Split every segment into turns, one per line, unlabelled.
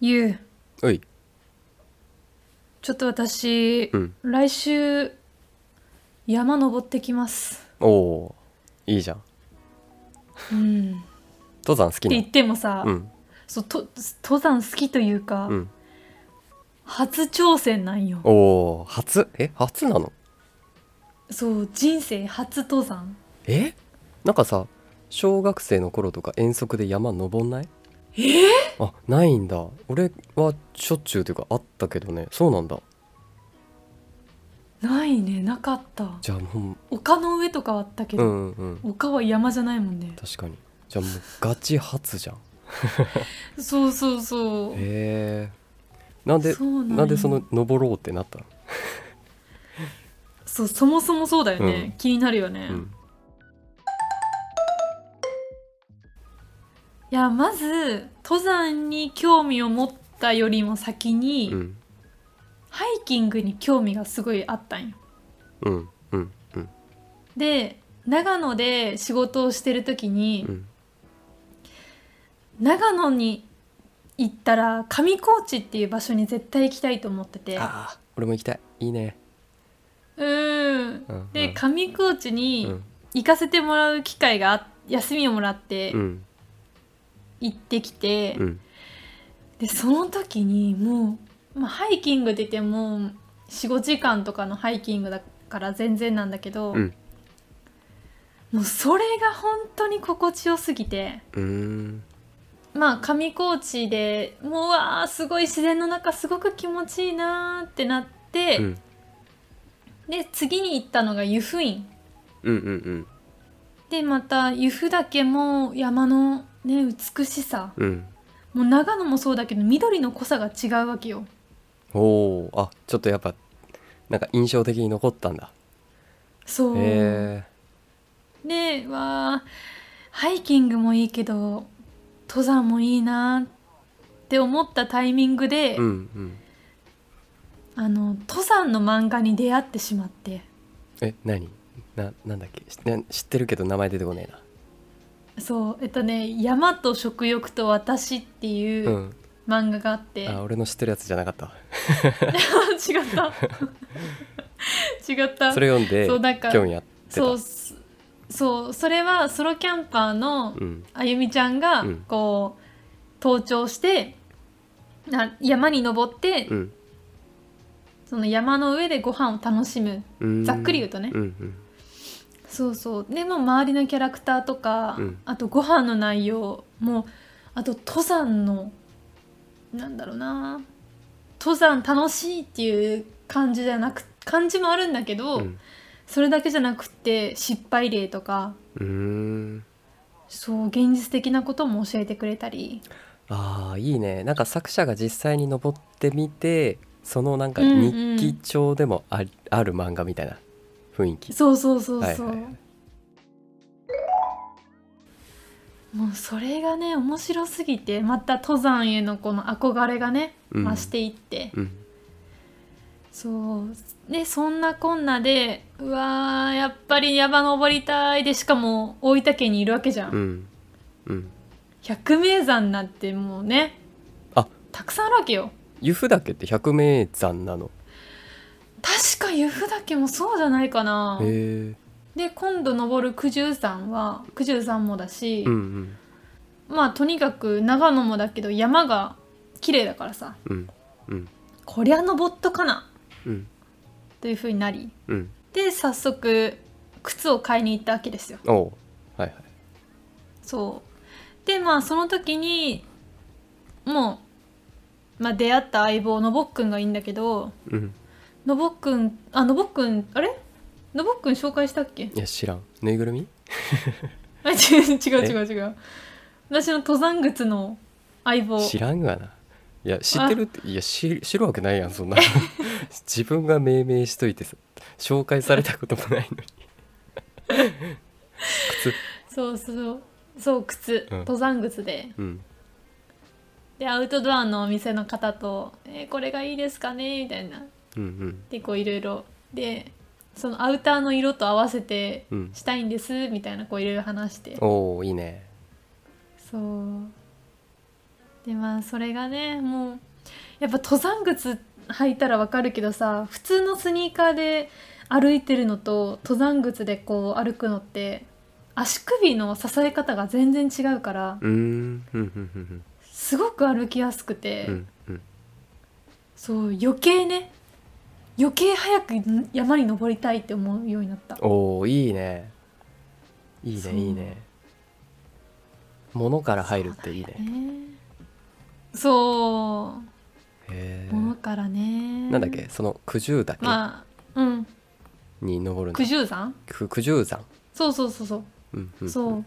ゆう
おい
ちょっと私、
うん
来週山登ってきます
おおーいいじゃん
うんって
登山好き
言
な
ってもさ、
うん
そうと登山好きというか、
うん
初挑戦なんよ
おお初え初なの
そう人生初登山
えなんかさ小学生の頃とか遠足で山登んない
え
あないんだ俺はしょっちゅうというかあったけどねそうなんだ
ないねなかった
じゃあも
丘の上とかはあったけ
うう
ど、
んうんうん
丘は山じゃないもんね
確かにじゃあもうガチ初じゃん
そうそうそう
へえなんで
そうなんよ
なんでその登ろうってなったの
そうそもそもそうだよね、
うん
気になるよね、
うん
いやまず登山に興味を持ったよりも先に、
うん
ハイキングに興味がすごいあったんよ
うんうんうん
で長野で仕事をしてる時に、
うん
長野に行ったら上高地っていう場所に絶対行きたいと思ってて
ああ俺も行きたいいいね
うん
うんうん
で上高地
う
に
ん
行かせてもらう機会があ休みをもらって
うん
行ってきて、
うん
でその時にもう、まあ、ハイキング出ても45時間とかのハイキングだから全然なんだけど、
うん
もうそれが本当に心地よすぎて
うーん
まあ上高地でもううわあすごい自然の中すごく気持ちいいなーってなって、
うん
で次に行ったのが湯布院
うんうんうん
でまた湯布岳も山のね美しさ
うん
もう長野もそうだけど緑の濃さが違うわけよ。
おおあちょっとやっぱなんか印象的に残ったんだ
そう、
へえ
でわあハイキングもいいけど登山もいいなって思ったタイミングで、
うんうん
あの登山の漫画に出会ってしまって
え何ななんだっけしな知ってるけど名前出てこねえな
そうえっとね「山と食欲と私」っていううん漫画があって、
あ俺の知ってるやつじゃなかった
違った 違った
それ読んで
そうなんか
興味あってた
そうすそうそれはソロキャンパーの
うん
あゆみちゃんが
うん
こう登頂してな山に登って
うん
その山の上でご飯を楽しむ
うーん
ざっくり言うとね
うんうん
そうそうでもう周りのキャラクターとか、
うん
あとご飯の内容もうあと登山のなんだろうな登山楽しいっていう感じじゃなく感じもあるんだけど、
うん
それだけじゃなくって失敗例とか
うーん
そう現実的なことも教えてくれたり
あーいいねなんか作者が実際に登ってみてそのなんか
うんうん
日記帳でもありある漫画みたいな雰囲気
そうそうそうそう、
はいはいはい
もうそれがね面白すぎてまた登山へのこの憧れがね
うん
増していって、
うん
そうでそんなこんなでうわーやっぱり山登りたいでしかも大分県にいるわけじゃん、
うんうん
百名山なんてもうね
あ
たくさんあるわけよ
湯布岳って百名山なの
確か湯布岳もそうじゃないかな
へえ
で今度登る九十山は九十山もだし、
うんうん
まあとにかく長野もだけど山が綺麗だからさ
うんうん
こりゃ登っとかな
うん
というふうになり
うん
で早速靴を買いに行ったわけですよ
おうはいはい
そうでまあその時にもう、まあ、出会った相棒のぼっくんがいいんだけど
うん
のぼっくんあのぼっくんあれのぼっくん紹介したっけ
いや知らんぬいぐるみ
あ違う違う違う違う私の登山靴の相棒
知らんがないや知ってるっていや知知るわけないやんそんな自分が命名しといてさ紹介されたこともないのに靴
そうそうそう靴、
うん
登山靴で
うん
でアウトドアのお店の方と「えーこれがいいですかね?」みたいな
うん
でこういろいろでそのアウターの色と合わせて
うんうん
したいんですみたいなこういろいろ話して
おおいいね
そうでまあそれがねもうやっぱ登山靴履いたらわかるけどさ普通のスニーカーで歩いてるのと登山靴でこう歩くのって足首の支え方が全然違うから
うーんうんうんうん
すごく歩きやすくて、
うんうん
そう余計ね余計早く山に登りたいって思うようになった
おおいいねいい
そ
ね
う
いいね物から入るっていいね
そ
へ
う
え
ものからね
なんだっけその九十岳
まあうん
に登るんだ
九十山
く九十山
そうそうそうそう
うんうん
そう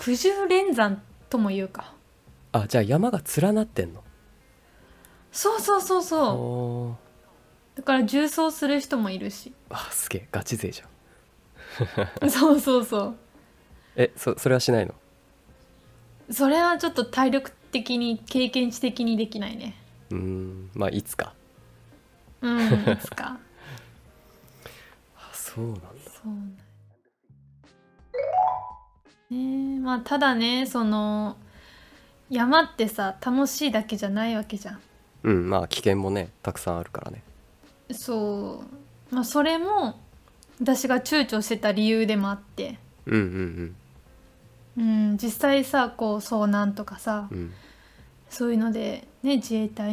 九十連山とも言うか
あじゃあ山が連なってんの
そうそうそうそう
おー
だから重装する人もいる し
あすげえガチ勢じゃん
そうそうそ
えそそれはしないの
うそれはちょっと体力的に経験値的にできないね
うーんまあいつか
うんいつか
あそうなんだ
そうなんだねえまあただねその山ってさ楽しいだけじゃないわけじゃん
うんまあ危険もねたくさんあるからね
そうまあそれも私が躊躇してた理由でもあって
うんうん
うん、実際さこう遭難とかさ、
うんうん
そういうので、ね、自衛隊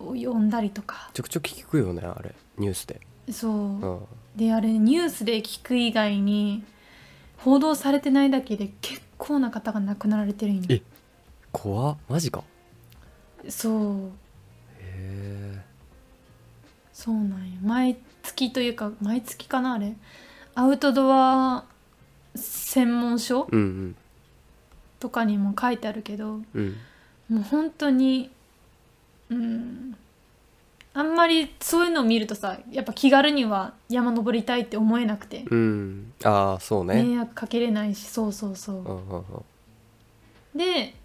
を呼んだりとか
ちょくちょく聞くよねあれニュースで
そう、
うん
であれニュースで聞く以外に報道されてないだけで結構な方が亡くなられてるんよ
え怖っマジか
そう
へ
そうなんよ毎月というか毎月かなあれアウトドア専門書
えうん
とかにも書いてあるけど
うんうん
もう本当にうんあんまりそういうのを見るとさやっぱ気軽には山登りたいって思えなくて、
うんああそうね
迷惑かけれないしそうそうそう
う、んうんうん
で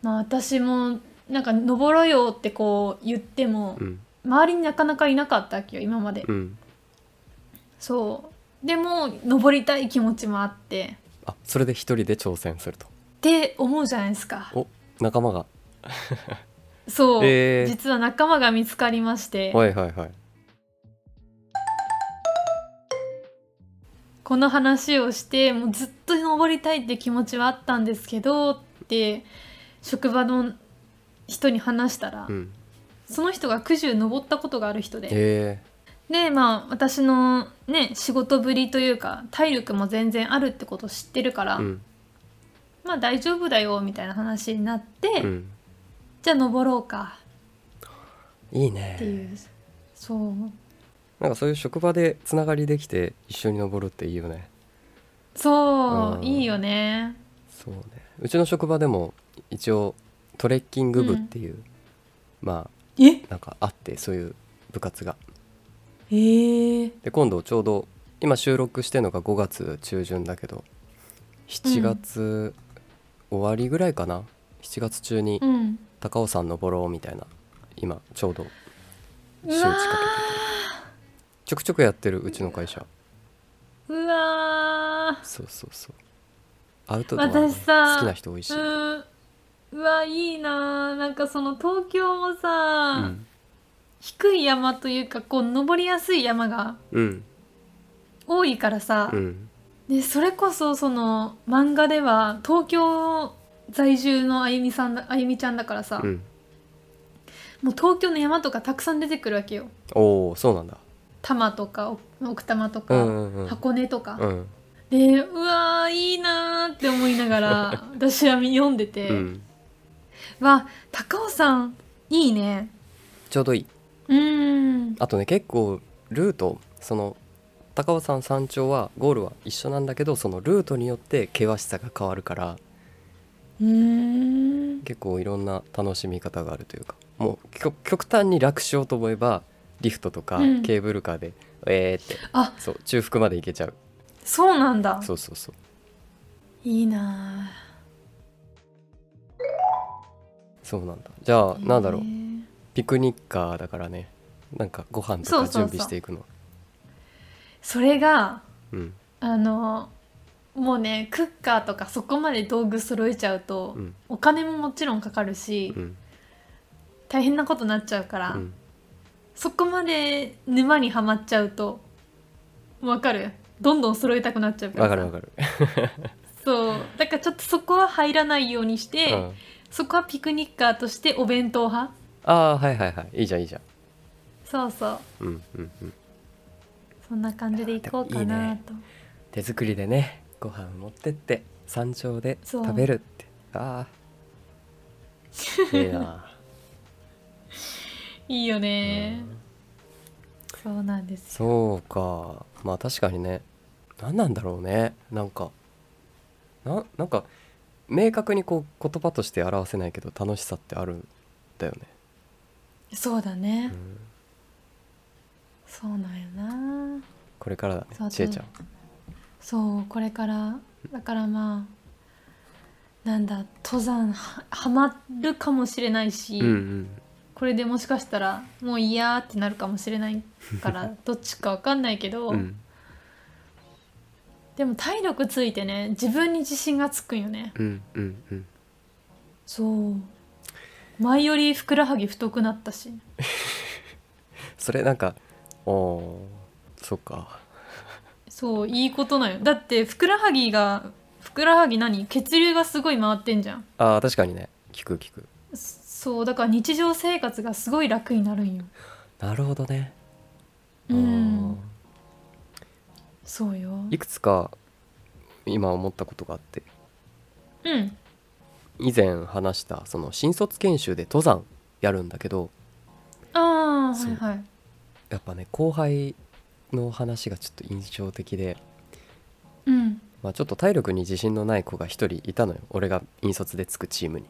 まあ私もなんか登ろうよってこう言っても、
うん
周りになかなかいなかったわけよ今まで、
うん
そうでも登りたい気持ちもあって
あそれで一人で挑戦すると
って思うじゃないですか
お仲間が
そう、
えー
実は仲間が見つかりまして
はいはいはい
この話をしてもうずっと登りたいって気持ちはあったんですけどって職場の人に話したら、
うん
その人が九十登ったことがある人で
へえ
でまあ私のね仕事ぶりというか体力も全然あるってことを知ってるから、
うん
まあ大丈夫だよみたいな話になって、
うん
じゃあ登ろうか
いい
ってい
ね
う、そう
なんかそういう職場でつながりできて一緒に登るっていいよね
そう、
うん
いいよね
そうねうちの職場でも一応トレッキング部っていう、ま
え
あなんかあってそういう部活が
ええ
で今度ちょうど今収録してるのが5月中旬だけど7月終わりぐらいかな、7月中に
うん
高尾山登ろうみたいな今ちょうど
う
周知
わ
かけてちょくちょくやってるうちの会社
ーうわ
そうそうそうアウトドア、ね、
私さ
好きな人多いし、
ーうんうわいいなーなんかその東京もさ、
うん
低い山というかこう登りやすい山が
うん
多いからさ、
うん
でそれこそその漫画では東京在住のあゆみさんだあゆみちゃんだからさ、
うん
もう東京の山とかたくさん出てくるわけよ
おおそうなんだ
多摩とかお奥多摩と
う
か、
んうんうん
箱根とか、
うん
でうわーいいなーって思いながら 私は読んでて、
うん
わ高尾山いいね
ちょうどいいう
ーん
あとね結構ルートその高尾山山頂はゴールは一緒なんだけどそのルートによって険しさが変わるから
うーん
結構いろんな楽しみ方があるというかもう極極端に楽しようと思えばリフトとか
うん
ケーブルカーで、えーって
あ
そう中腹まで行けちゃう
そうなんだ
そうそうそう
いいなー
そうなんだじゃあなんだろう
へー
ピクニッカーだからねなんかご飯と
そう
か
そうそう
準備していくの
それが
うん
あのもうねクッカーとかそこまで道具揃えちゃうと、
うん
お金ももちろんかかるし、
うん
大変なことになっちゃうから、
うん
そこまで沼にはまっちゃうとわかるどんどん揃えたくなっちゃうから
わ
さ
かるわかる、
そうだからちょっとそこは入らないようにして、
うん、
そこはピクニッカーとしてお弁当派
ああはいはいはいいいじゃんいいじゃん
そうそう
うんうんうん
そんな感じでいこうか
いい
な
ね
と
手作りでねご飯持ってって山頂で
そう
食べるってああいいない
いよね、
うん
そうなんですよ
そうかまあ確かにね何なんだろうねなんかななんか明確にこう言葉として表せないけど楽しさってあるんだよね、
そうだね、
うん
そうなんやな
これからだ
そう
ねちえちゃん
そうこれからだからまあなんだ登山ははまるかもしれないし、
うんうん
これでもしかしたらもう嫌ってなるかもしれないから どっちかわかんないけど、
うん
でも体力ついてね自分に自信がつくんよね
うんうんうん
そう前よりふくらはぎ太くなったし
それなんかおおそっか
そういいことなんよだってふくらはぎがふくらはぎ何血流がすごい回ってんじゃん
あー確かにね聞く聞く
そうだから日常生活がすごい楽になるんよ
なるほどね
うん
あ
そうよ
ーいくつか今思ったことがあって
うん
以前話したその新卒研修で登山やるんだけど
ああ
そ
は
う
いはい
やっぱね後輩の話がちょっと印象的で、
うん
まあ、ちょっと体力に自信のない子が一人いたのよ俺が引率でつくチームに。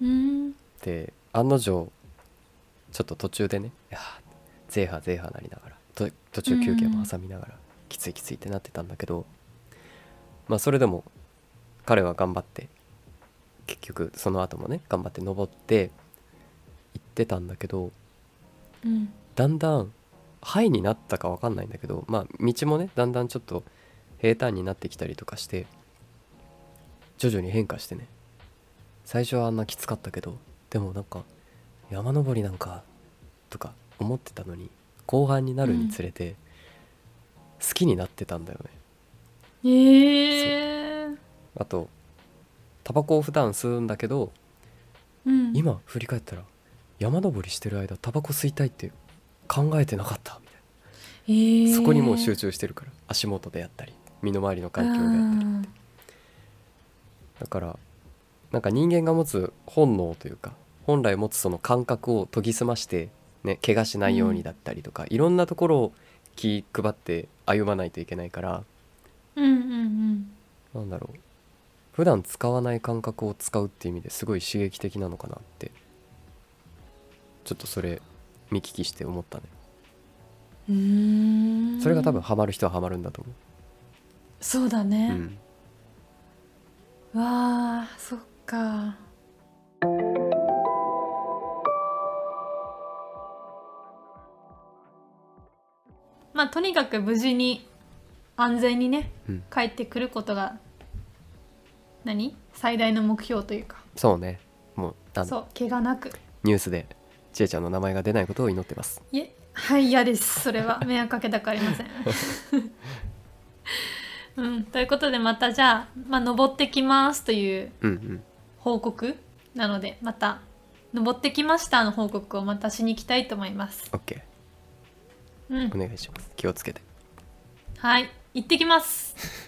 うん
で案の定ちょっと途中でね「いやーゼーハーゼーハー」なりながらと途中休憩も挟みながら、きついきついってなってたんだけどまあそれでも彼は頑張って結局その後もね頑張って登って行ってたんだけど
うん
だんだんハイになったかわかんないんだけどまあ道もねだんだんちょっと平坦になってきたりとかして徐々に変化してね最初はあんなきつかったけどでもなんか山登りなんかとか思ってたのに後半になるにつれて好きになってたんだよね、
ええー、
あとタバコを普段吸うんだけど
うん
今振り返ったら山登りしてる間タバコ吸いたいって考えてなかったみたいな。
えー
そこにもう集中してるから足元であったり身の回りの環境であったり
あー
だからなんか人間が持つ本能というか本来持つその感覚を研ぎ澄まして、ね、怪我しないようにだったりとか、いろんなところを気配って歩まないといけないから
うんうん
なんだろう普段使わない感覚を使うっていう意味ですごい刺激的なのかなってちょっとそれ見聞きして思ったね
うんうーん
それが多分ハマる人はハマるんだと思
そうだ
う、う
ね、
ん、
わあそっかまあとにかく無事に安全にね、
うん
帰ってくることが何最大の目標というか
そうねもうなんだ
そう怪我なく
ニュースでちえちゃんの名前が出ないことを祈ってます
いえはい嫌ですそれ は迷惑かけたくありませんうんということでまたじゃあ、まあ、登ってきますという
うんうん
報告なのでまた登ってきましたの報告をまたしに行きたいと思います
オッケ
うん
ーお願いします気をつけて
はい行ってきます